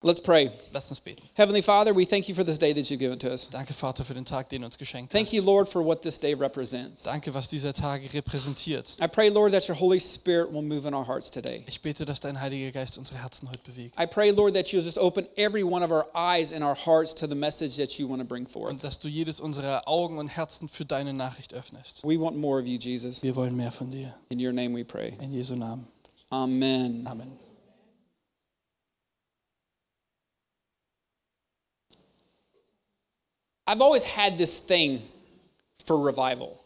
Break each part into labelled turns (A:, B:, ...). A: Let's pray.
B: Lass uns beten.
A: Heavenly Father, we thank you for this day that you've given to us.
B: Danke, Vater, für den Tag, den du uns geschenkt
A: Thank
B: hast.
A: you, Lord, for what this day represents.
B: Danke, was dieser Tag repräsentiert.
A: I pray, Lord, that your Holy Spirit will move in our hearts today.
B: Ich bete, dass dein Heiliger Geist unsere Herzen heute bewegt.
A: I pray, Lord, that you'll just open every one of our eyes and our hearts to the message that you want to bring forth.
B: Und dass du jedes unserer Augen und Herzen für deine Nachricht öffnest.
A: We want more of you, Jesus.
B: Wir wollen mehr von dir.
A: In your name we pray.
B: In Jesu Namen.
A: Amen.
B: Amen.
A: I've always had this thing for revival.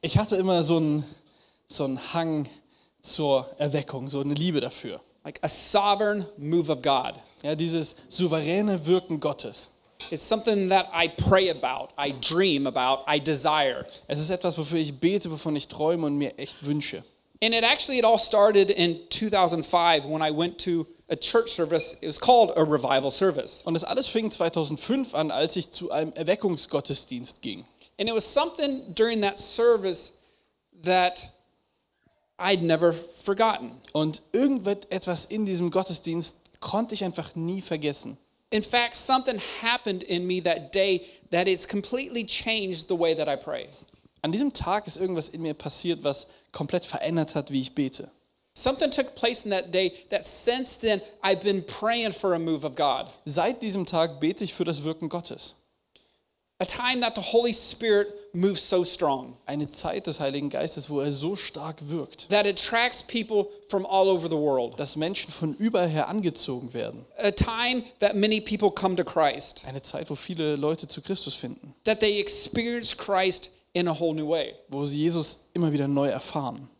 B: Ich hatte immer so einen, so einen Hang zur Erweckung, so eine Liebe dafür.
A: like a sovereign move of God.
B: Ja, dieses souveräne Wirken Gottes.
A: It's something that I pray about, I dream about, I desire.
B: Es ist etwas, wofür ich bete, wovon ich träume und mir echt wünsche.
A: And it actually it all started in 2005 when I went to a church service. It was called a revival service.
B: Und das alles fing 2005 an, als ich zu einem Erweckungsgottesdienst ging.
A: And it was something during that service that I'd never forgotten.
B: Und irgendetwas in diesem Gottesdienst konnte ich einfach nie vergessen.
A: In fact, something happened in me that day that has completely changed the way that I pray.
B: An diesem Tag ist irgendwas in mir passiert, was komplett verändert hat, wie ich bete.
A: Something took place in that day that since then I've been praying for a move of God.
B: Seit diesem Tag bete ich für das Wirken Gottes.
A: a time that the Holy Spirit moves so strong
B: Eine Zeit des Heiligen Geistes, wo er so stark wirkt,
A: that attracts people from all over the world.
B: dass Menschen von überall her angezogen werden.
A: A time that many people come to Christ,
B: Eine Zeit, wo viele Leute zu Christus finden,
A: that they experience Christ in a whole new way.
B: wo sie Jesus immer wieder neu erfahren.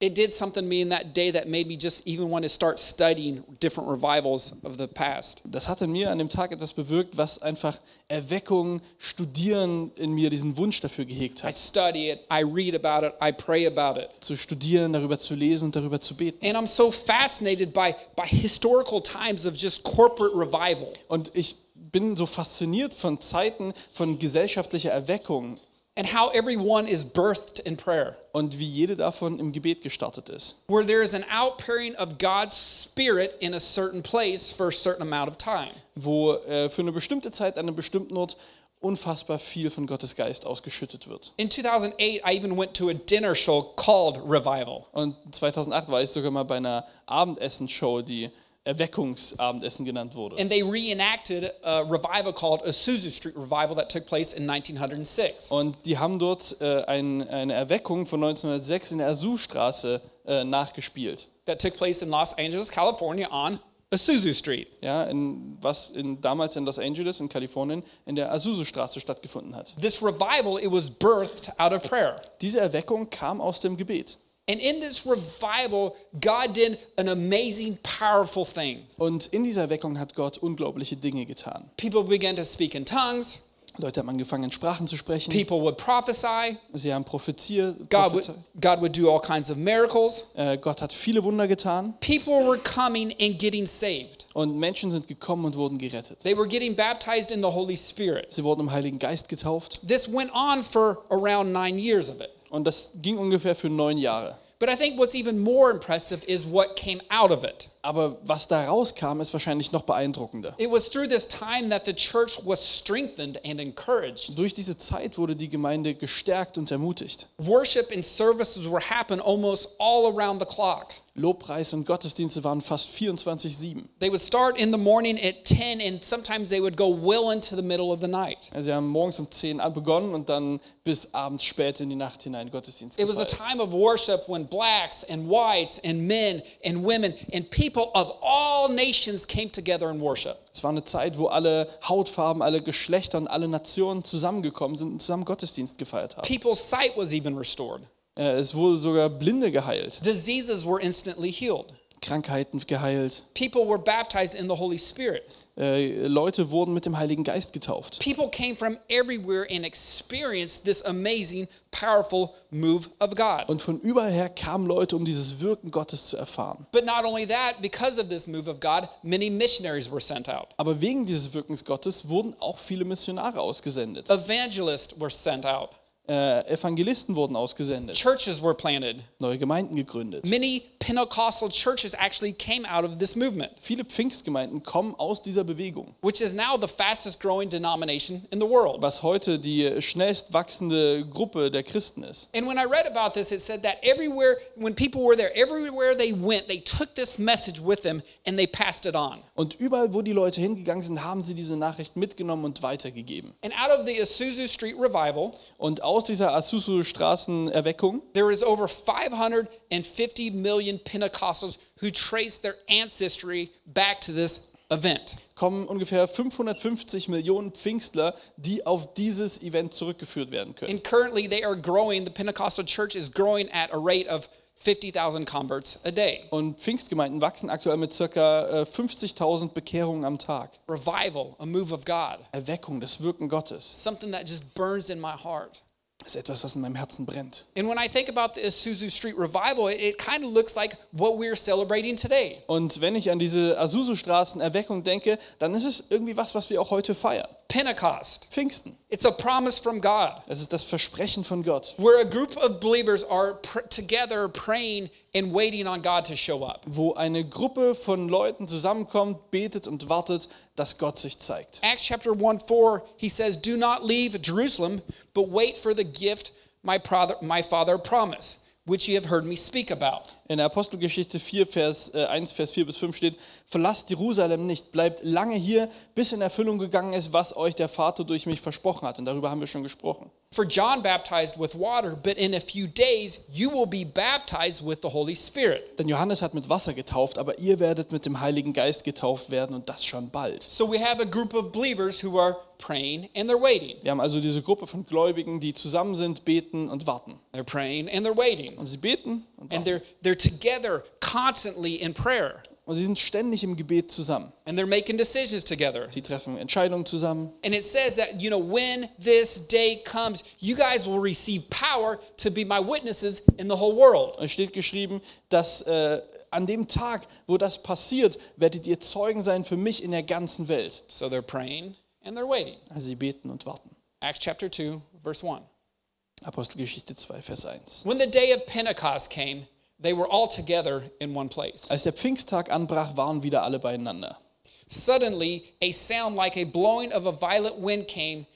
A: It did something to me in that day that made me just even want to start studying different revivals of the past.
B: Das hatte in mir an dem Tag etwas bewirkt, was einfach Erweckung, Studieren in mir diesen Wunsch dafür gehegt
A: I
B: hat.
A: study it, I read about it, I pray about it.
B: Zu studieren, darüber zu lesen und darüber zu beten.
A: And I'm so fascinated by, by historical times of just corporate revival.
B: Und ich bin so fasziniert von Zeiten von gesellschaftlicher Erweckung
A: and how everyone is birthed in prayer,
B: und wie jede davon im Gebet gestartet ist.
A: where there is an outpouring of God's Spirit in a certain place for a certain amount of time.
B: Wo äh, für eine bestimmte Zeit an einem bestimmten Ort unfassbar viel von Gottes Geist ausgeschüttet wird.
A: In 2008, I even went to a dinner show called Revival.
B: Und 2008 war ich sogar mal bei einer Abendessenshow, die Erweckungsabendessen genannt wurde.
A: And they reenacted a revival called Isuzu Street Revival that took place in 1906.
B: Und die haben dort äh, ein, eine Erweckung von 1906 in der Azu-Straße äh, nachgespielt.
A: That took place in Los Angeles, California on Isuzu Street.
B: Ja, in, was in, damals in Los Angeles, in Kalifornien, in der Azuzu-Straße stattgefunden hat.
A: This revival, it was birthed out of prayer.
B: Diese Erweckung kam aus dem Gebet.
A: And in this revival, God did an amazing, powerful thing.
B: Und in dieser Erweckung hat Gott unglaubliche Dinge getan.
A: People began to speak in tongues.
B: Leute haben angefangen, in Sprachen zu sprechen.
A: people would prophesy.
B: Sie haben propheziert.
A: God would,
B: prophezei-
A: God would do all kinds of miracles.
B: Äh, Gott hat viele Wunder getan.
A: People were coming and getting saved.
B: Und Menschen sind gekommen und wurden gerettet.
A: They were getting baptized in the Holy Spirit.
B: Sie wurden im Heiligen Geist getauft.
A: This went on for around nine years of it.
B: Und das ging ungefähr für neun Jahre.
A: But I think what's even more impressive is what came out of it.
B: Aber was da rauskam, ist wahrscheinlich noch beeindruckender.
A: It was through this time that the church was strengthened and encouraged.
B: Durch diese Zeit wurde die Gemeinde gestärkt und ermutigt.
A: Worship and services were happening almost all around the clock.
B: Lobpreis und Gottesdienste waren fast 24-7.
A: They would start in the morning at 10, and sometimes they would go well into the middle of the night.
B: Also sie haben morgens um 10 an begonnen und dann bis abends spät in die Nacht hinein Gottesdienst
A: It was a
B: gefeiert.
A: time of worship when blacks and whites and men and women and people of all nations came together in worship.
B: Es war eine Zeit, wo alle Hautfarben, alle Geschlechter und alle Nationen zusammengekommen sind und zusammen Gottesdienst gefeiert haben.
A: People's sight was even restored.
B: Äh, Es wurde sogar Blinde geheilt,
A: Diseases were instantly healed.
B: Krankheiten geheilt,
A: People were baptized in the Holy Spirit.
B: äh, Leute wurden mit dem Heiligen Geist getauft.
A: People came from everywhere and experienced this amazing, powerful move of God.
B: Und von überall her kamen Leute, um dieses Wirken Gottes zu erfahren.
A: But not only that, because of this move of God, many missionaries were sent out.
B: Aber wegen dieses Wirkens Gottes wurden auch viele Missionare ausgesendet.
A: Evangelists were sent out.
B: Äh, Evangelisten wurden ausgesendet,
A: Churches were planted.
B: neue Gemeinden gegründet.
A: Many Pentecostal churches actually came out of this movement,
B: Viele Pfingstgemeinden kommen aus dieser Bewegung,
A: which is now the fastest growing denomination in the world.
B: was heute die schnellst wachsende Gruppe der Christen ist.
A: And when I read about this, it said that everywhere, when people were there, everywhere they went, they took this message with them and they passed it on.
B: Und überall, wo die Leute hingegangen sind, haben sie diese Nachricht mitgenommen und weitergegeben.
A: And out of the Isuzu Street revival,
B: Und aus dieser Asusu-Straßenerweckung
A: there is over 550 million Pentecostals who trace their ancestry back to this event.
B: kommen ungefähr 550 Millionen Pfingstler, die auf dieses Event zurückgeführt werden können.
A: And currently they are growing, the Pentecostal church is growing at a rate of 50,000 converts a day.
B: Und Pfingstgemeinden wachsen aktuell mit ca. 50.000 Bekehrungen am Tag.
A: Revival, a move of God,
B: Erweckung, das Wirken Gottes,
A: something that just burns in my heart.
B: ist etwas, was in meinem Herzen brennt.
A: And when I think about the Isuzu Street revival, it, it kind of looks like what we're celebrating today.
B: Und wenn ich an diese Asusu-Straßen-Erweckung denke, dann ist es irgendwie was, was wir auch heute feiern.
A: Pentecost.
B: Pfingsten.
A: It's a promise from God.
B: Es ist das Versprechen von Gott,
A: where a group of believers are pr- together praying and waiting on God to show up.
B: wo eine Gruppe von Leuten zusammenkommt, betet und wartet, dass Gott sich zeigt.
A: Acts chapter 1 4, he says, Do not leave Jerusalem, but wait for the gift my, prother- my father promised, which you have heard me speak about.
B: In der Apostelgeschichte 4, Vers, äh, 1, Vers 4 bis 5 steht, verlasst Jerusalem nicht, bleibt lange hier, bis in Erfüllung gegangen ist, was euch der Vater durch mich versprochen hat. Und darüber haben wir schon gesprochen.
A: For John baptized with water, but in a few days you will be baptized with the Holy Spirit.
B: Denn Johannes hat mit Wasser getauft, aber ihr werdet mit dem Heiligen Geist getauft werden und das schon bald.
A: So we have a group of believers who are praying and they're waiting.
B: Wir haben also diese Gruppe von Gläubigen, die zusammen sind, beten und warten.
A: They're praying and they're waiting.
B: Und sie beten und,
A: And they're,
B: warten.
A: they're together constantly in prayer
B: und sie sind ständig im Gebet zusammen.
A: and they're making decisions together.
B: Sie treffen Entscheidungen zusammen.
A: And it says that, you know, when this day comes, you guys will receive power to be my witnesses in the whole world.
B: Es steht geschrieben, dass äh, an dem Tag, wo das passiert, werdet ihr Zeugen sein für mich in der ganzen Welt.
A: So they're praying and they're waiting.
B: Also sie beten und warten.
A: Acts chapter 2, verse 1.
B: Apostelgeschichte 2, Vers 1.
A: When the day of Pentecost came, they were all together in one place.
B: Als der Pfingsttag anbrach, waren wieder alle beieinander.
A: Suddenly, a sound like a blowing of a violent wind came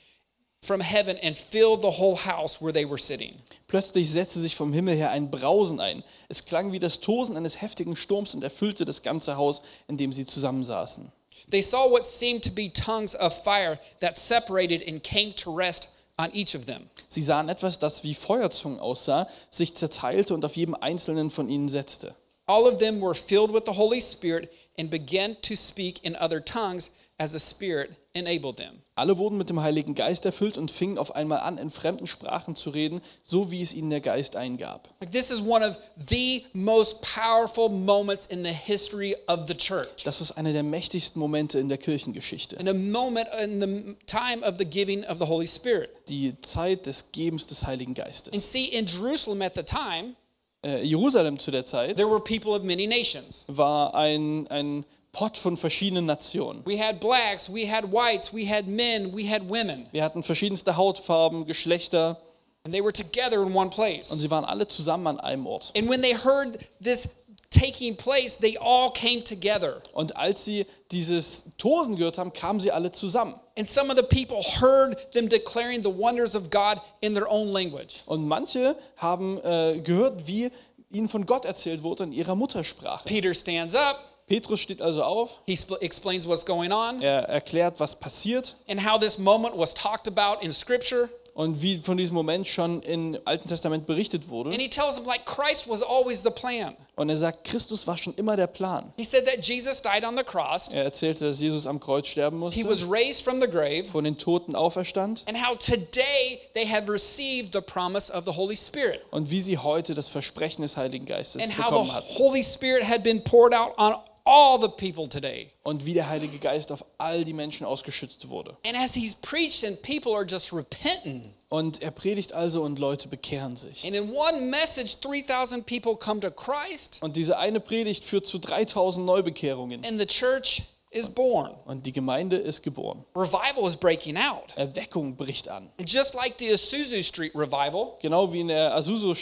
A: from heaven and filled the whole house where they were sitting.
B: Plötzlich setzte sich vom Himmel her ein Brausen ein. Es klang wie das Tosen eines heftigen Sturms und erfüllte das ganze Haus, in dem sie zusammensaßen.
A: They saw what seemed to be tongues of fire that separated and came to rest on each of them.
B: Sie sahen etwas, das wie Feuerzungen aussah, sich zerteilte und auf jedem einzelnen von ihnen setzte.
A: All of them were filled with the Holy Spirit and began to speak in other tongues as the Spirit enabled them.
B: Alle wurden mit dem Heiligen Geist erfüllt und fingen auf einmal an, in fremden Sprachen zu reden, so wie es ihnen der Geist eingab.
A: Like this is one of the most powerful moments in the history of the church.
B: Das ist einer der mächtigsten Momente in der Kirchengeschichte.
A: In a moment in the time of the giving of the Holy Spirit.
B: Die Zeit des Gebens des Heiligen
A: And
B: Geistes.
A: see, in Jerusalem at the time,
B: Äh, Jerusalem zu der Zeit
A: there were people of many nations.
B: war ein, ein Pott von verschiedenen Nationen.
A: We had blacks, we had whites, we had men, we had women.
B: Wir hatten verschiedenste Hautfarben, Geschlechter
A: And they were together in one
B: und
A: place.
B: sie waren alle zusammen an einem Ort.
A: And when they heard this taking place, they all came together.
B: Und als sie dieses Tosen gehört haben, kamen sie alle zusammen.
A: And some of the people heard them declaring the wonders of God in their own language.
B: Und manche haben äh, gehört, wie ihnen von Gott erzählt wurde in ihrer Muttersprache.
A: Peter stands up,
B: Petrus steht also auf,
A: he spl- explains what's going on
B: er erklärt, was passiert
A: and how this moment was talked about in scripture.
B: und wie von diesem Moment schon im Alten Testament berichtet wurde.
A: And he tells them, like, Christ was always the plan.
B: Und er sagt, Christus war schon immer der Plan.
A: He said that Jesus died on the cross,
B: Er erzählte, dass Jesus am Kreuz sterben
A: he
B: musste,
A: was raised from the grave,
B: von den Toten auferstand
A: and how today they have received the promise of the Holy Spirit.
B: und wie sie heute das Versprechen des Heiligen Geistes
A: And how the
B: bekommen hatten.
A: Holy Spirit had been poured out on all the people today.
B: und wie der Heilige Geist auf all die Menschen ausgeschüttet wurde.
A: And as he's preached, and people are just repenting.
B: Und er predigt also und Leute bekehren sich.
A: And in one message, 3,000 people come to Christ,
B: Und diese eine Predigt führt zu 3000 Neubekehrungen
A: and the church is born.
B: Und die Gemeinde ist geboren.
A: Revival is breaking out.
B: Erweckung bricht an.
A: And just like the Isuzu Street revival,
B: Genau wie in der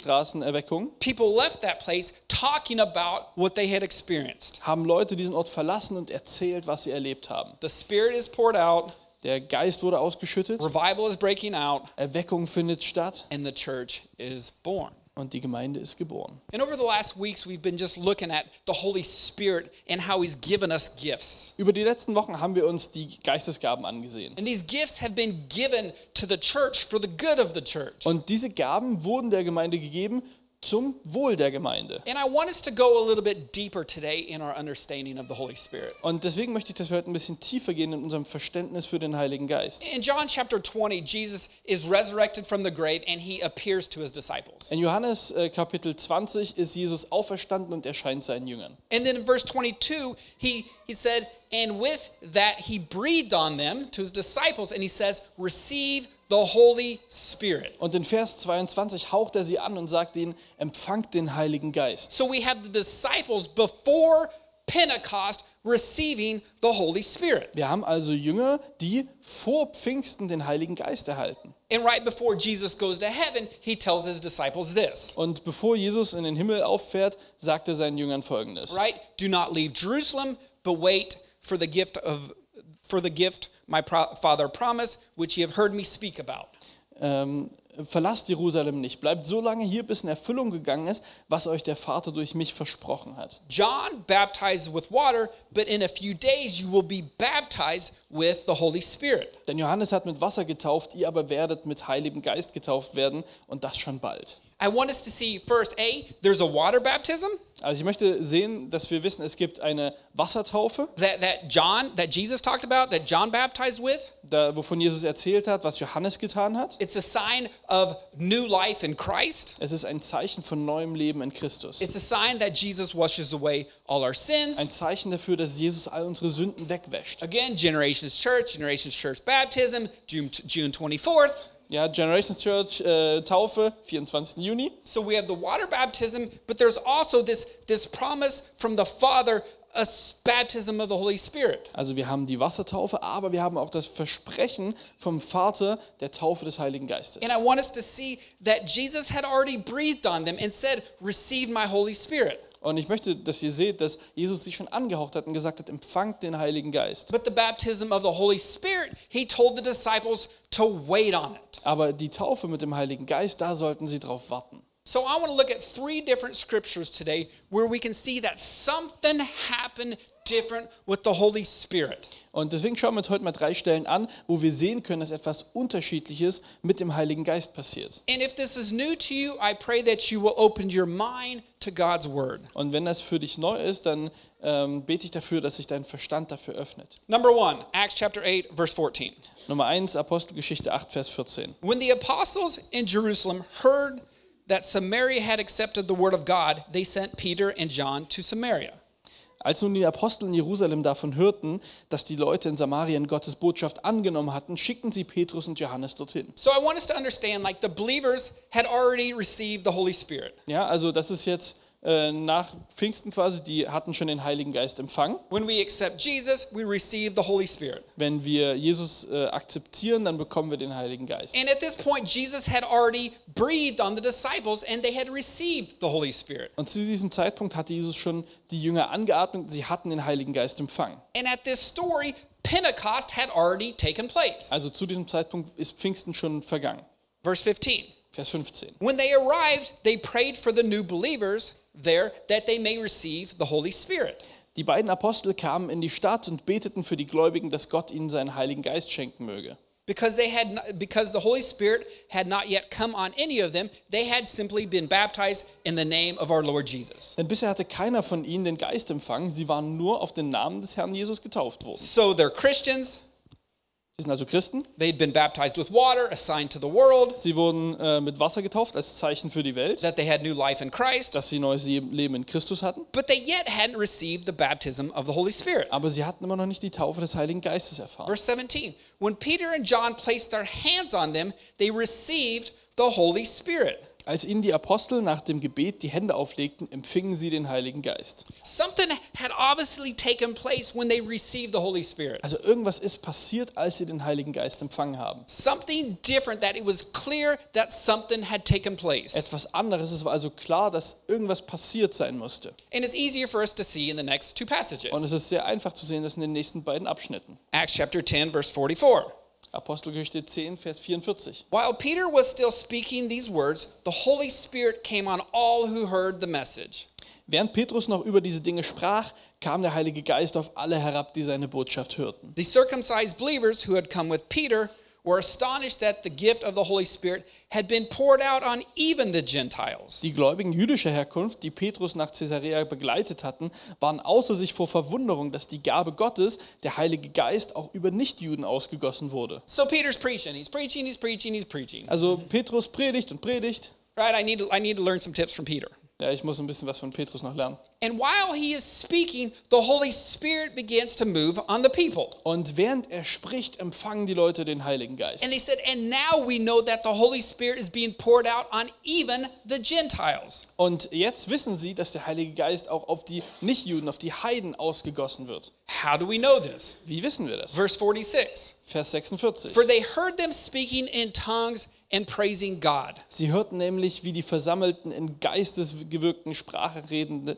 B: Azuso-Straßenerweckung
A: people left that place talking about what they had experienced.
B: haben Leute diesen Ort verlassen und erzählt, was sie erlebt haben.
A: The Spirit is poured out,
B: Der Geist wurde ausgeschüttet,
A: revival is breaking out,
B: Erweckung findet statt
A: and the church is born.
B: und die Gemeinde ist geboren.
A: And over the last weeks, we've been just looking at the Holy Spirit and how He's given us gifts.
B: Über die letzten Wochen haben wir uns die Geistesgaben angesehen.
A: And these gifts have been given to the church for the good of the church.
B: Und diese Gaben wurden der Gemeinde gegeben zum Wohl der Gemeinde.
A: And I want us to go a little bit deeper today in our understanding of the Holy Spirit.
B: Und deswegen möchte ich, dass wir heute ein bisschen tiefer gehen in unserem Verständnis für den Heiligen Geist.
A: In John chapter 20, Jesus is resurrected from the grave and he appears to his disciples.
B: In Johannes äh, Kapitel 20 ist Jesus auferstanden und erscheint seinen Jüngern.
A: And then in verse 22, he, he said, And with that he breathed on them to his disciples and he says, Receive the Holy Spirit.
B: Und in Vers 22 haucht er sie an und sagt ihnen, empfangt den Heiligen Geist.
A: So we have the disciples before Pentecost receiving the Holy Spirit.
B: Wir haben also Jünger, die vor Pfingsten den Heiligen Geist erhalten.
A: And right before Jesus goes to heaven, he tells his disciples this,
B: Und bevor Jesus in den Himmel auffährt, sagt er seinen Jüngern folgendes.
A: right? Do not leave Jerusalem, but wait for the gift of for the gift my pro- father promised, which ye have heard me speak about.
B: ähm, verlasst Jerusalem nicht, bleibt so lange hier, bis in Erfüllung gegangen ist, was euch der Vater durch mich versprochen hat.
A: John baptizes with water, but in a few days you will be baptized with the Holy Spirit.
B: Denn Johannes hat mit Wasser getauft, ihr aber werdet mit Heiligem Geist getauft werden und das schon bald.
A: I want us to see first A, there's a water baptism
B: Also ich möchte sehen, dass wir wissen, es gibt eine Wassertaufe,
A: that, that John, that Jesus talked about, that John baptized with.
B: da, wovon Jesus erzählt hat, was Johannes getan hat.
A: It's a sign of new life in Christ.
B: Es ist ein Zeichen von neuem Leben in Christus.
A: It's a sign that Jesus washes away all our sins.
B: Ein Zeichen dafür, dass Jesus all unsere Sünden wegwäscht.
A: Again, Generations Church, Generations Church baptism, June, June 24th.
B: Ja, Generations Church, äh, Taufe, 24. Juni.
A: So we have the water baptism, but there's also this, this promise from the Father, a s- baptism of the Holy Spirit.
B: Also wir haben die Wassertaufe, aber wir haben auch das Versprechen vom Vater der Taufe des Heiligen Geistes.
A: And I want us to see that Jesus had already breathed on them and said, Receive my Holy Spirit.
B: Und ich möchte, dass ihr seht, dass Jesus sich schon angehaucht hat und gesagt hat, empfangt den Heiligen Geist.
A: But the baptism of the Holy Spirit, he told the disciples to wait on it.
B: Aber die Taufe mit dem Heiligen Geist, da sollten sie drauf warten.
A: So I want to look at three different scriptures today where we can see that something happened different with the Holy Spirit.
B: Und deswegen schauen wir uns heute mal drei Stellen an, wo wir sehen können, dass etwas Unterschiedliches mit dem Heiligen Geist passiert.
A: And if this is new to you, I pray that you will open your mind to God's word.
B: Und wenn das für dich neu ist, dann ähm, bete ich dafür, dass sich dein Verstand dafür öffnet.
A: Number one, Acts chapter 8, verse 14.
B: Nummer 1, Apostelgeschichte 8, Vers 14.
A: When the apostles in Jerusalem heard that Samaria had accepted the word of God, they sent Peter and John to Samaria.
B: Als nun die Apostel in Jerusalem davon hörten, dass die Leute in Samarien Gottes Botschaft angenommen hatten, schickten sie Petrus und Johannes dorthin.
A: So I want us to understand like the believers had already received the Holy Spirit.
B: Ja, also das ist jetzt äh, nach Pfingsten quasi, die hatten schon den Heiligen Geist empfangen.
A: When we accept Jesus, we receive the Holy Spirit.
B: Wenn wir Jesus äh, akzeptieren, dann bekommen wir den Heiligen Geist.
A: And at this point, Jesus had already breathed on the disciples and they had received the Holy Spirit.
B: Und zu diesem Zeitpunkt hatte Jesus schon die Jünger angeatmet, sie hatten den Heiligen Geist empfangen.
A: And at this story, Pentecost had already taken place.
B: Also zu diesem Zeitpunkt ist Pfingsten schon vergangen.
A: Verse 15.
B: Vers 15.
A: When they arrived, they prayed for the new believers there that they may receive the Holy Spirit.
B: Die beiden Apostel kamen in die Stadt und beteten für die Gläubigen, dass Gott ihnen seinen Heiligen Geist schenken möge.
A: Because they had not, because the Holy Spirit had not yet come on any of them, they had simply been baptized in the name of our Lord Jesus.
B: Denn bisher hatte keiner von ihnen den Geist empfangen, sie waren nur auf den Namen des Herrn Jesus getauft worden.
A: So they're Christians,
B: Sie sind also Christen,
A: they'd been baptized with water, a sign to the world
B: sie wurden äh, mit Wasser getauft als Zeichen für die Welt,
A: that they had new life in Christ,
B: dass sie neues Leben in Christus hatten,
A: but they yet hadn't received the baptism of the Holy Spirit. Uh,
B: aber sie hatten immer noch nicht die Taufe des Heiligen Geistes erfahren.
A: Verse 17 When Peter and John placed their hands on them, they received the Holy Spirit.
B: Als ihnen die Apostel nach dem Gebet die Hände auflegten, empfingen sie den Heiligen Geist.
A: Something had obviously taken place when they received the Holy Spirit. Uh,
B: Also irgendwas ist passiert, als sie den Heiligen Geist empfangen haben.
A: Something different that it was clear that something had taken place.
B: Etwas anderes, es war also klar, dass irgendwas passiert sein musste.
A: And it's easier for us to see in the next two
B: Und es
A: passages.
B: ist sehr einfach zu sehen, das in den nächsten beiden Abschnitten.
A: Acts chapter 10, verse 44.
B: Apostelgeschichte 10, Vers 44.
A: While Peter was still speaking these words, the Holy Spirit came on all who heard the message.
B: Während Petrus noch über diese Dinge sprach, kam der Heilige Geist auf alle herab, die seine Botschaft hörten.
A: The circumcised believers who had come with Peter were astonished that the gift of the Holy Spirit had been poured out on even the Gentiles.
B: Die Gläubigen jüdischer Herkunft, die Petrus nach Caesarea begleitet hatten, waren außer sich vor Verwunderung, dass die Gabe Gottes, der Heilige Geist, auch über Nichtjuden ausgegossen wurde.
A: So Peter's preaching. He's preaching, he's preaching, he's preaching.
B: Also Petrus predigt und predigt.
A: Right? I need to, I need to learn some tips from Peter.
B: Ja, ich muss ein bisschen was von Petrus noch lernen.
A: And while he is speaking, the Holy Spirit begins to move on the people.
B: Und während er spricht, empfangen die Leute den Heiligen Geist.
A: And they said, and now we know that the Holy Spirit is being poured out on even the Gentiles.
B: Und jetzt wissen sie, dass der Heilige Geist auch auf die Nichtjuden, auf die Heiden ausgegossen wird.
A: How do we know this?
B: Wie wissen wir das?
A: Verse 46
B: Vers 46.
A: For they heard them speaking in tongues and praising God.
B: Sie hörten nämlich, wie die Versammelten in geistesgewirkten Sprachen redende,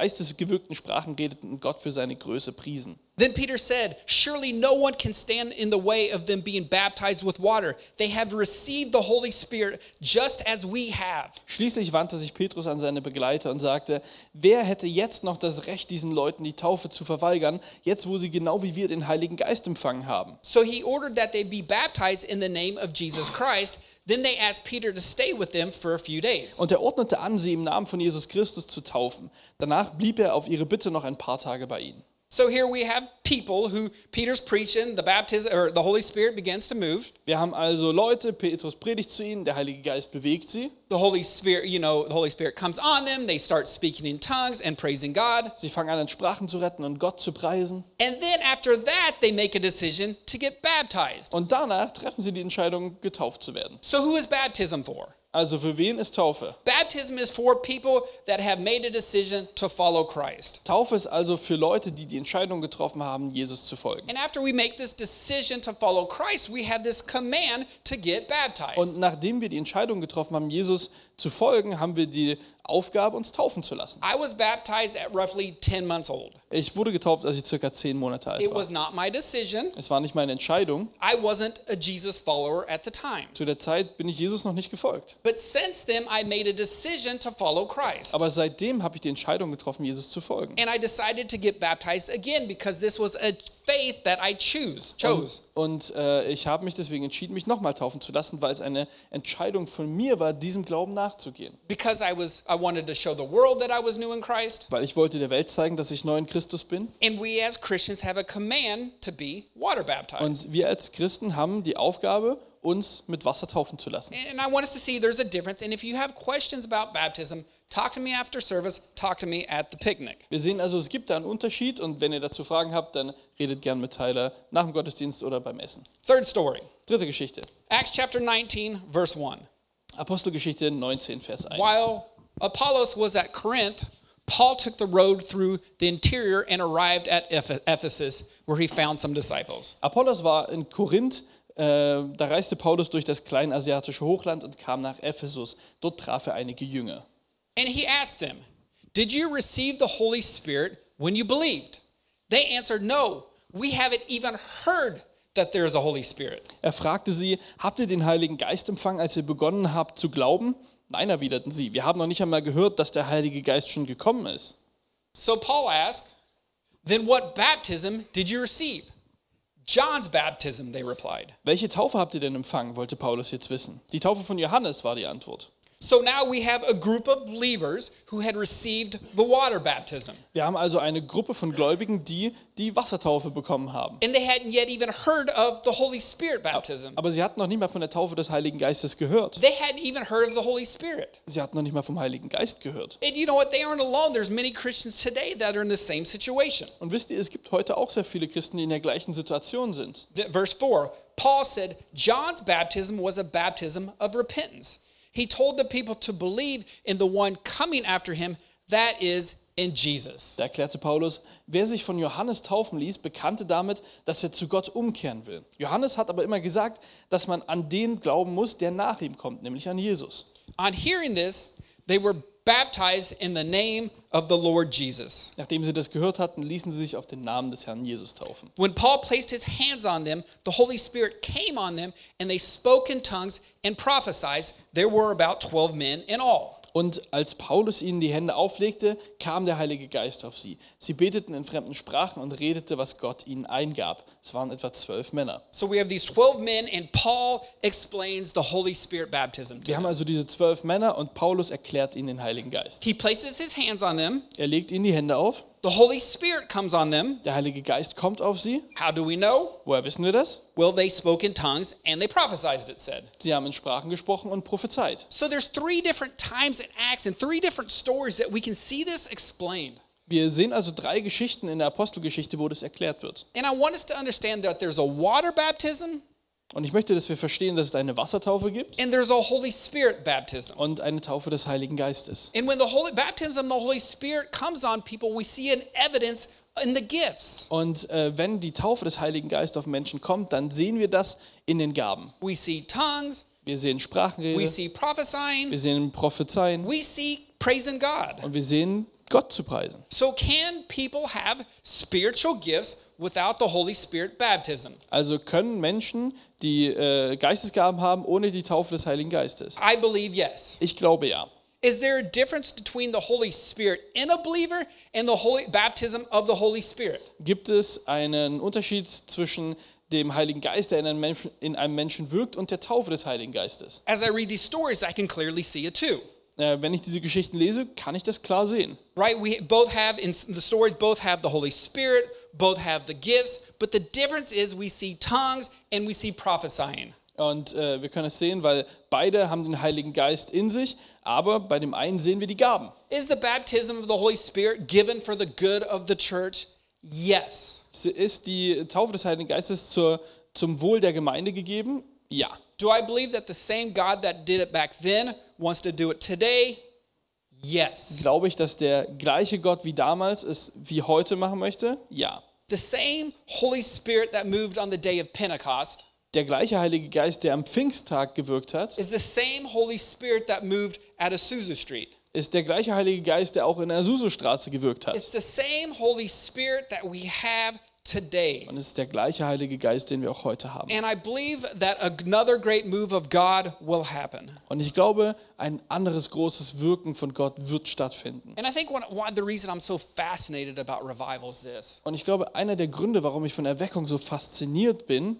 B: geistesgewirkten Sprachen redeten und Gott für seine Größe priesen.
A: Then Peter said, Surely no one can stand in the way of them being baptized with water. They have received the Holy Spirit just as we have.
B: Schließlich wandte sich Petrus an seine Begleiter und sagte, wer hätte jetzt noch das Recht, diesen Leuten die Taufe zu verweigern, jetzt wo sie genau wie wir den Heiligen Geist empfangen haben?
A: So he ordered that they be baptized in the name of Jesus Christ. Then they asked Peter to stay with them for a few days.
B: Und er ordnete an, sie im Namen von Jesus Christus zu taufen. Danach blieb er auf ihre Bitte noch ein paar Tage bei ihnen.
A: So here we have people who Peter's preaching, the baptism or the Holy Spirit begins to move.
B: Wir haben also Leute, Petrus predigt zu ihnen, der Heilige Geist bewegt sie.
A: The Holy Spirit, you know, the Holy Spirit comes on them. They start speaking in tongues and praising God.
B: Sie fangen an, in Sprachen zu retten und Gott zu preisen.
A: And then after that, they make a decision to get baptized.
B: Und danach treffen sie die Entscheidung, getauft zu werden.
A: So who is baptism for?
B: Also für wen ist Taufe?
A: Baptism is for people that have made a decision to follow Christ.
B: Taufe ist also für Leute, die die Entscheidung getroffen haben, Jesus zu folgen.
A: And after we make this decision to follow Christ, we have this command to get baptized.
B: Und nachdem wir die Entscheidung getroffen haben, Jesus zu folgen, haben wir die Aufgabe, uns taufen zu lassen.
A: I was baptized at roughly 10 months old.
B: Ich wurde getauft, als ich circa zehn Monate alt
A: It
B: war.
A: was not my decision.
B: Es war nicht meine Entscheidung.
A: I wasn't a Jesus follower at the time.
B: Zu der Zeit bin ich Jesus noch nicht gefolgt.
A: But since then, I made a decision to follow Christ.
B: Aber seitdem habe ich die Entscheidung getroffen, Jesus zu folgen.
A: And I decided to get baptized again because this was a faith that I choose, chose.
B: Und äh, ich habe mich deswegen entschieden, mich nochmal taufen zu lassen, weil es eine Entscheidung von mir war, diesem Glauben nachzugehen.
A: Because I was I wanted to show the world that I was new in Christ.
B: Weil ich wollte der Welt zeigen, dass ich neu in Christus bin.
A: And we as Christians have a command to be water baptized.
B: Und wir als Christen haben die Aufgabe, uns mit Wasser taufen zu lassen.
A: and I want us to see there's a difference. And if you have questions about baptism, talk to me after service, talk to me at the picnic.
B: Wir sehen also, es gibt da einen Unterschied und wenn ihr dazu Fragen habt, dann redet gern mit Tyler nach dem Gottesdienst oder beim Essen.
A: Third story.
B: Dritte Geschichte.
A: Acts chapter 19, verse 1.
B: Apostelgeschichte 19, Vers 1.
A: While Apollos was at Corinth, Paul took the road through the interior and arrived at Eph- Ephesus, where he found some disciples.
B: Apollos war in Korinth, äh, da reiste Paulus durch das kleinasiatische Hochland und kam nach Ephesus. Dort traf er einige Jünger.
A: And he asked them, Did you receive the Holy Spirit when you believed? They answered, No, we haven't even heard that there is a Holy Spirit.
B: Er fragte sie, habt ihr den Heiligen Geist empfangen, als ihr begonnen habt zu glauben? Nein, erwiderten sie, wir haben noch nicht einmal gehört, dass der Heilige Geist schon gekommen ist.
A: So Paul asked, Then what baptism did you receive? John's baptism, they replied.
B: Welche Taufe habt ihr denn empfangen, wollte Paulus jetzt wissen. Die Taufe von Johannes war die Antwort.
A: So now we have a group of believers who had received the water baptism.
B: Wir haben also eine Gruppe von Gläubigen, die die Wassertaufe bekommen haben.
A: and they hadn't yet even heard of the Holy Spirit baptism.
B: Aber sie hatten noch nicht mal von der Taufe des Heiligen Geistes gehört.
A: They hadn't even heard of the Holy Spirit.
B: Sie hatten noch nicht mal vom Heiligen Geist gehört.
A: And you know what? They aren't alone. There's many Christians today that are in the same situation.
B: Und wisst ihr, es gibt heute auch sehr viele Christen, die in der gleichen Situation sind.
A: Th- Verse 4 Paul said, John's baptism was a baptism of repentance. He told the people to believe in the one coming after him, that is, in Jesus.
B: Da erklärte Paulus, wer sich von Johannes taufen ließ, bekannte damit, dass er zu Gott umkehren will. Johannes hat aber immer gesagt, dass man an den glauben muss, der nach ihm kommt, nämlich an Jesus.
A: On hearing this, they were baptized in the name of the Lord Jesus.
B: Nachdem sie das gehört hatten, ließen sie sich auf den Namen des Herrn Jesus taufen.
A: When Paul placed his hands on them, the Holy Spirit came on them, and they spoke in tongues and prophesied. There were about 12 men in all.
B: Und als Paulus ihnen die Hände auflegte, kam der Heilige Geist auf sie. Sie beteten in fremden Sprachen und redete, was Gott ihnen eingab. Es waren etwa zwölf Männer.
A: So we have these 12 men, and Paul explains the Holy Spirit baptism. To
B: Wir
A: them.
B: haben also diese zwölf Männer und Paulus erklärt ihnen den Heiligen Geist.
A: He places his hands on them,
B: Er legt ihnen die Hände auf,
A: the Holy Spirit comes on them.
B: der Heilige Geist kommt auf sie.
A: How do we know?
B: Woher wissen wir das?
A: Well, they spoke in tongues and they prophesied, it said.
B: Sie haben in Sprachen gesprochen und prophezeit.
A: So there's three different times in Acts and three different stories that we can see this explained.
B: Wir sehen also drei Geschichten in der Apostelgeschichte, wo das erklärt wird.
A: And I want us to understand that there's a water baptism
B: Und ich möchte, dass wir verstehen, dass es eine Wassertaufe gibt
A: and there's a Holy Spirit baptism.
B: und eine Taufe des Heiligen Geistes.
A: And when the Holy baptism, of the Holy Spirit comes on people, we see an evidence in the gifts.
B: Und äh, wenn die Taufe des Heiligen Geistes auf Menschen kommt, dann sehen wir das in den Gaben.
A: We see tongues,
B: Wir sehen
A: we
B: Sprachenrede,
A: see prophesying,
B: wir sehen Prophezeien
A: we see praising God.
B: und wir sehen Gott zu preisen.
A: So can people have spiritual gifts without the Holy Spirit baptism?
B: Also können Menschen, die äh, Geistesgaben haben, ohne die Taufe des Heiligen Geistes?
A: I believe yes.
B: Ich glaube ja.
A: Is there a difference between the Holy Spirit in a believer and the holy baptism of the Holy Spirit?
B: Gibt es einen Unterschied zwischen dem Heiligen Geist, der in einem Menschen, in einem Menschen wirkt, und der Taufe des Heiligen Geistes?
A: As I read these stories, I can clearly see it too.
B: Äh, wenn ich diese Geschichten lese, kann ich das klar sehen.
A: Right? We both have in the stories both have the Holy Spirit, both have the gifts, but the difference is we see tongues and we see prophesying.
B: Und äh, wir können es sehen, weil beide haben den Heiligen Geist in sich, aber bei dem einen sehen wir die Gaben.
A: Is the baptism of the Holy Spirit given for the good of the church? Yes.
B: S- Ist die Taufe des Heiligen Geistes zur, zum Wohl der Gemeinde gegeben? Ja.
A: Do I believe that the same God that did it back then wants to do it today? Yes.
B: Glaube ich, dass der gleiche Gott wie damals es wie heute machen möchte? Ja.
A: The same Holy Spirit that moved on the day of Pentecost
B: Der gleiche Heilige Geist, der am Pfingsttag gewirkt hat,
A: is the same Holy Spirit that moved at Azusa Street.
B: ist der gleiche Heilige Geist, der auch in der Azusa-Straße gewirkt hat.
A: It's the same Holy Spirit that we have today.
B: Und es ist der gleiche Heilige Geist, den wir auch heute haben.
A: And I believe that another great move of God will happen.
B: Und ich glaube, ein anderes großes Wirken von Gott wird stattfinden.
A: And I think one, one the reason I'm so fascinated about revival is this.
B: Und ich glaube, einer der Gründe, warum ich von Erweckung so fasziniert bin,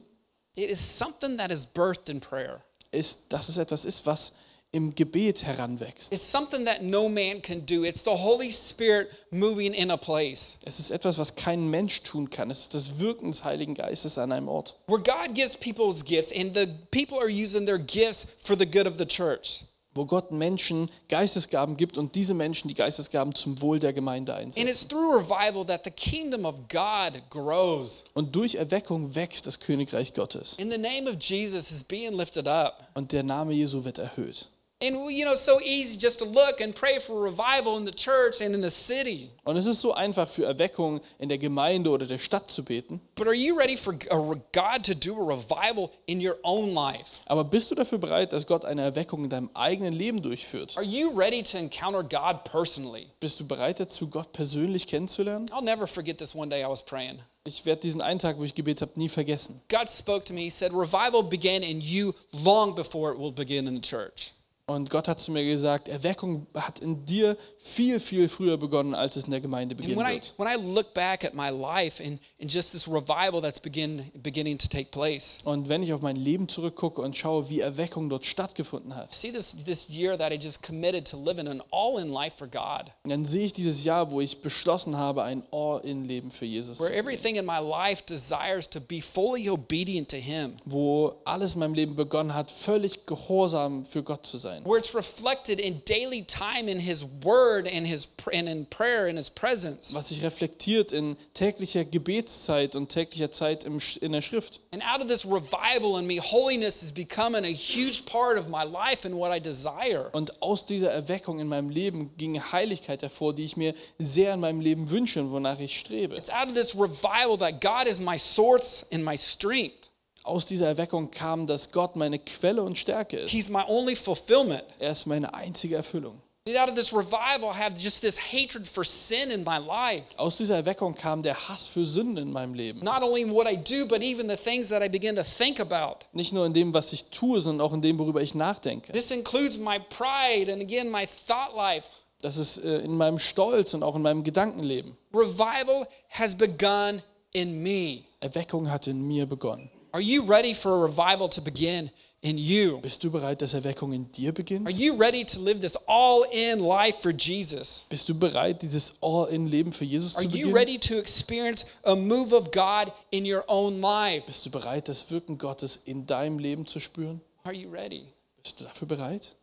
A: It is something that is birthed in prayer.
B: ist, dass es etwas ist, was im Gebet heranwächst.
A: It's something that no man can do. It's the Holy Spirit moving in a place
B: Es ist etwas, was kein Mensch tun kann. Es ist das Wirken des Heiligen Geistes an einem Ort.
A: where God gives people's gifts and the people are using their gifts for the good of the church.
B: wo Gott Menschen Geistesgaben gibt und diese Menschen die Geistesgaben zum Wohl der Gemeinde
A: And
B: einsetzen.
A: it's through revival that the kingdom of God grows.
B: Und durch Erweckung wächst das Königreich Gottes
A: And the name of Jesus is being lifted up.
B: und der Name Jesu wird erhöht.
A: And you know, it's so easy just to look and pray for revival in the church and in the city.
B: Und es ist so einfach für Erweckung in der Gemeinde oder der Stadt zu beten,
A: But are you ready for uh, God to do a revival in your own life?
B: aber bist du dafür bereit, dass Gott eine Erweckung in deinem eigenen Leben durchführt?
A: Are you ready to encounter God personally?
B: Bist du bereit dazu, Gott persönlich kennenzulernen?
A: I'll never forget this one day I was praying.
B: Ich werde diesen einen Tag, wo ich gebetet habe, nie vergessen.
A: God spoke to me, He said, Revival began in you long before it will begin in the church.
B: Und Gott hat zu mir gesagt, Erweckung hat in dir viel, viel früher begonnen, als es in der Gemeinde
A: And
B: beginnen
A: when I,
B: wird.
A: when I look back at my life and, and just this revival that's begin, beginning to take place,
B: Und wenn ich auf mein Leben zurückgucke und schaue, wie Erweckung dort stattgefunden
A: I
B: hat,
A: see this, this year that I just committed to living an all in life for God.
B: dann sehe ich dieses Jahr, wo ich beschlossen habe, ein All-in-Leben für Jesus zu
A: where
B: leben.
A: everything in my life desires to be fully obedient to Him.
B: Wo alles in meinem Leben begonnen hat, völlig gehorsam für Gott zu sein. sein.
A: where it's reflected in daily time in His Word and His pr- and in prayer in His presence.
B: was sich reflektiert in täglicher Gebetszeit und täglicher Zeit im, Sch- in der Schrift.
A: And out of this revival in me, holiness is becoming a huge part of my life and what I desire.
B: Und aus dieser Erweckung in meinem Leben ging Heiligkeit hervor, die ich mir sehr in meinem Leben wünsche und wonach ich strebe.
A: It's out of this revival that God is my source and my strength.
B: Aus dieser Erweckung kam, dass Gott meine Quelle und Stärke ist.
A: He's my only fulfillment.
B: Er ist meine einzige Erfüllung.
A: Out of this revival, I have just this hatred for sin in my life.
B: Aus dieser Erweckung kam der Hass für Sünde in meinem Leben.
A: Not only in what I do, but even the things that I begin to think about.
B: Nicht nur in dem, was ich tue, sondern auch in dem, worüber ich nachdenke.
A: This includes my pride and again my thought life.
B: Das ist äh, in meinem Stolz und auch in meinem Gedankenleben.
A: Revival has begun in me.
B: Erweckung hat in mir begonnen.
A: Are you ready for a revival to begin in you?
B: Bist du bereit, dass Erweckung in dir beginnt?
A: Are you ready to live this all in life for Jesus?
B: Bist du bereit, dieses All-in-Leben für Jesus
A: Are
B: zu
A: you
B: beginnen?
A: ready to experience a move of God in your own life?
B: Bist du bereit, das Wirken Gottes in deinem Leben zu spüren?
A: Are you ready?
B: Bist du dafür bereit?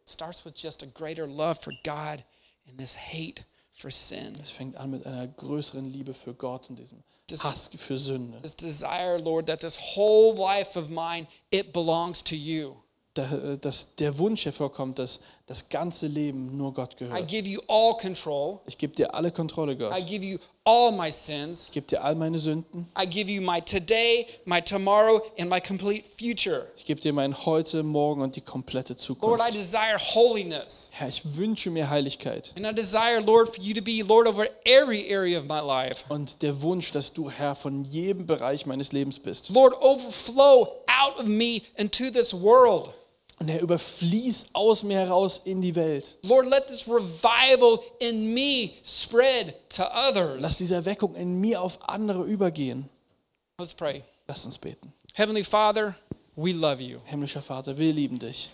A: It starts with just a greater love for God and this hate for sin.
B: Es fängt an mit einer größeren Liebe für Gott und diesem
A: Das-
B: Hass für Sünde.
A: This desire, Lord, that this whole life of mine, it belongs to you.
B: Da- äh, Dass der Wunsch hervorkommt, dass das ganze Leben nur Gott
A: I
B: gehört.
A: give you all control.
B: Ich gebe dir alle Kontrolle, Gott.
A: I
B: Ich
A: give you all my sins.
B: gebe dir all meine Sünden.
A: I give you my today, my tomorrow, and my complete future.
B: Ich gebe dir mein Heute, Morgen und die komplette
A: Lord, I
B: Zukunft.
A: desire holiness.
B: Herr, ich wünsche mir Heiligkeit
A: And I desire, Lord, for you to be Lord over every area of my life.
B: und der Wunsch, dass du Herr von jedem Bereich meines Lebens bist.
A: Lord, overflow out of me into this world.
B: Und er überfließt aus mir heraus in die Welt.
A: Lord, let this revival in me spread to
B: Lass
A: others.
B: diese Erweckung in mir auf andere übergehen.
A: Let's pray.
B: Lass uns beten.
A: Heavenly Father, we love you.
B: Himmlischer Vater, wir lieben dich.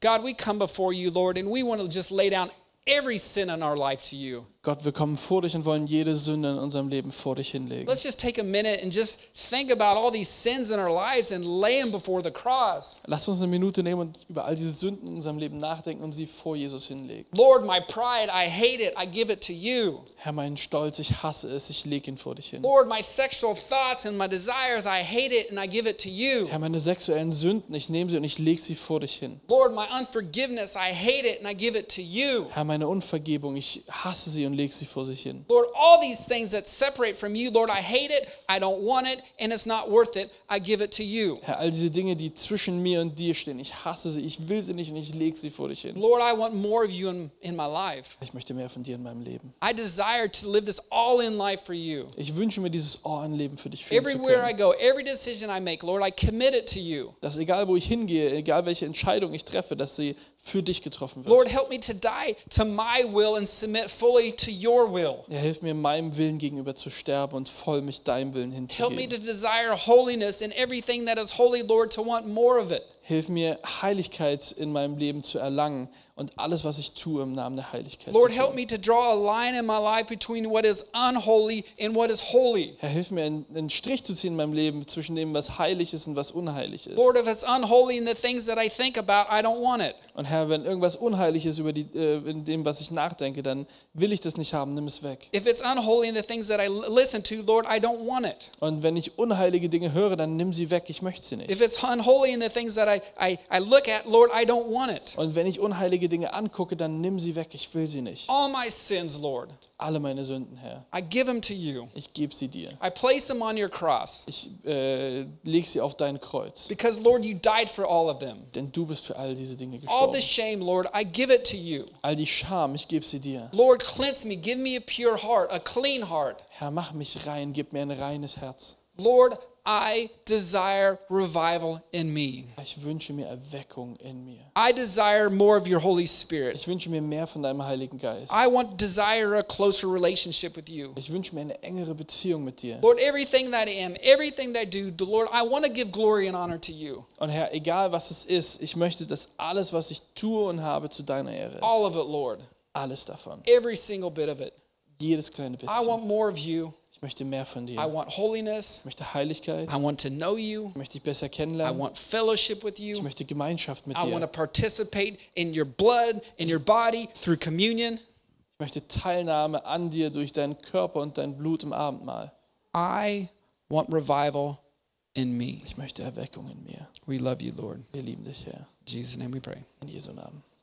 A: God, we come before you, Lord, and we want to just lay down every sin in our life to you.
B: Gott, wir kommen vor dich und wollen jede Sünde in unserem Leben vor dich hinlegen.
A: Let's just take a minute and just think about all these sins in our lives and lay them before the cross.
B: Lass uns eine Minute nehmen und über all diese Sünden in unserem Leben nachdenken und sie vor Jesus hinlegen.
A: Lord, my pride, I hate it. I give it to you.
B: Herr, mein Stolz, ich hasse es, ich lege ihn vor dich hin.
A: Lord, my sexual thoughts and my desires, I hate it and I give it to you.
B: Herr, meine sexuellen Sünden, ich nehme sie und ich lege sie vor dich hin.
A: Lord, my unforgiveness, I hate it and I give it to you.
B: Herr, meine Unvergebung, ich hasse sie und lege sie vor sich hin.
A: Lord, all these things that separate from you, Lord, I hate it, I don't want it, and it's not worth it, I give it to you.
B: Herr, all diese Dinge, die zwischen mir und dir stehen, ich hasse sie, ich will sie nicht und ich lege sie vor dich hin.
A: Lord, I want more of you in, in my life.
B: Ich möchte mehr von dir in meinem Leben.
A: I desire to live this all in life for you.
B: Ich wünsche mir dieses Ohrenleben für dich führen zu
A: Everywhere I
B: können.
A: go, every decision I make, Lord, I commit it to you.
B: Dass egal wo ich hingehe, egal welche Entscheidung ich treffe, dass sie für dich getroffen wird.
A: Lord, help me to die to my will and submit fully to your will.
B: Er hilft mir, meinem Willen gegenüber zu sterben und voll mich deinem Willen
A: Help me
B: hinzugeben.
A: to desire holiness in everything that is holy, Lord, to want more of it.
B: Hilf mir, Heiligkeit in meinem Leben zu erlangen und alles, was ich tue, im Namen der Heiligkeit
A: Lord,
B: zu
A: help
B: tun.
A: me to draw a line in my life between what is unholy and what is holy.
B: Herr, hilf mir, einen einen Strich zu ziehen in meinem Leben zwischen dem, was heilig ist und was unheilig ist.
A: Lord, if it's unholy in the things that I think about, I don't want it.
B: Und Herr, wenn irgendwas unheilig ist über die, äh, in dem, was ich nachdenke, dann will ich das nicht haben, nimm es weg.
A: If it's unholy in the things that I l- listen to, Lord, I don't want it.
B: Und wenn ich unheilige Dinge höre, dann nimm sie weg, ich möchte sie nicht.
A: If it's unholy in the things that I, I, I look at, Lord, I don't want it.
B: Und wenn ich unheilige Dinge angucke, dann nimm sie weg, ich will sie nicht.
A: All my sins, Lord,
B: Alle meine Sünden, Herr,
A: I give them to you.
B: ich gebe sie dir.
A: I place them on your cross
B: Ich äh, lege sie auf dein Kreuz,
A: because, Lord, you died for all of them.
B: denn du bist für all diese Dinge
A: All the
B: gestorben.
A: shame, Lord, I give it to you.
B: All die Scham, ich gebe sie dir.
A: Lord, cleanse me. Give me a pure heart, a clean heart.
B: Herr, mach mich rein, gib mir ein reines Herz.
A: Lord, I desire revival in me.
B: Ich wünsche mir Erweckung in mir.
A: I desire more of your Holy Spirit.
B: Ich wünsche mir mehr von deinem Heiligen Geist.
A: I want desire a closer relationship with you.
B: Ich wünsche mir eine engere Beziehung mit dir.
A: Lord, everything that I am, everything that I do, Lord, I want to give glory and honor to you.
B: Und Herr, egal was es ist, ich möchte, dass alles, was ich tue und habe, zu deiner Ehre ist.
A: All of it, Lord.
B: Alles davon.
A: Every single bit of it.
B: Jedes kleine
A: I
B: bisschen.
A: want more of you.
B: Ich möchte mehr von dir.
A: I
B: Ich
A: want holiness.
B: möchte Heiligkeit.
A: I want to know you.
B: Ich möchte dich besser
A: I
B: kennenlernen.
A: want fellowship with
B: Ich
A: you.
B: möchte Gemeinschaft mit
A: I want to
B: dir.
A: participate in your blood, in your body, through communion.
B: Ich möchte Teilnahme an dir durch deinen Körper und dein Blut im Abendmahl.
A: I want revival in me.
B: Ich möchte Erweckung in mir.
A: We love you, Lord.
B: Wir lieben dich, Herr.
A: In Jesus' name we pray.
B: In Jesu Namen.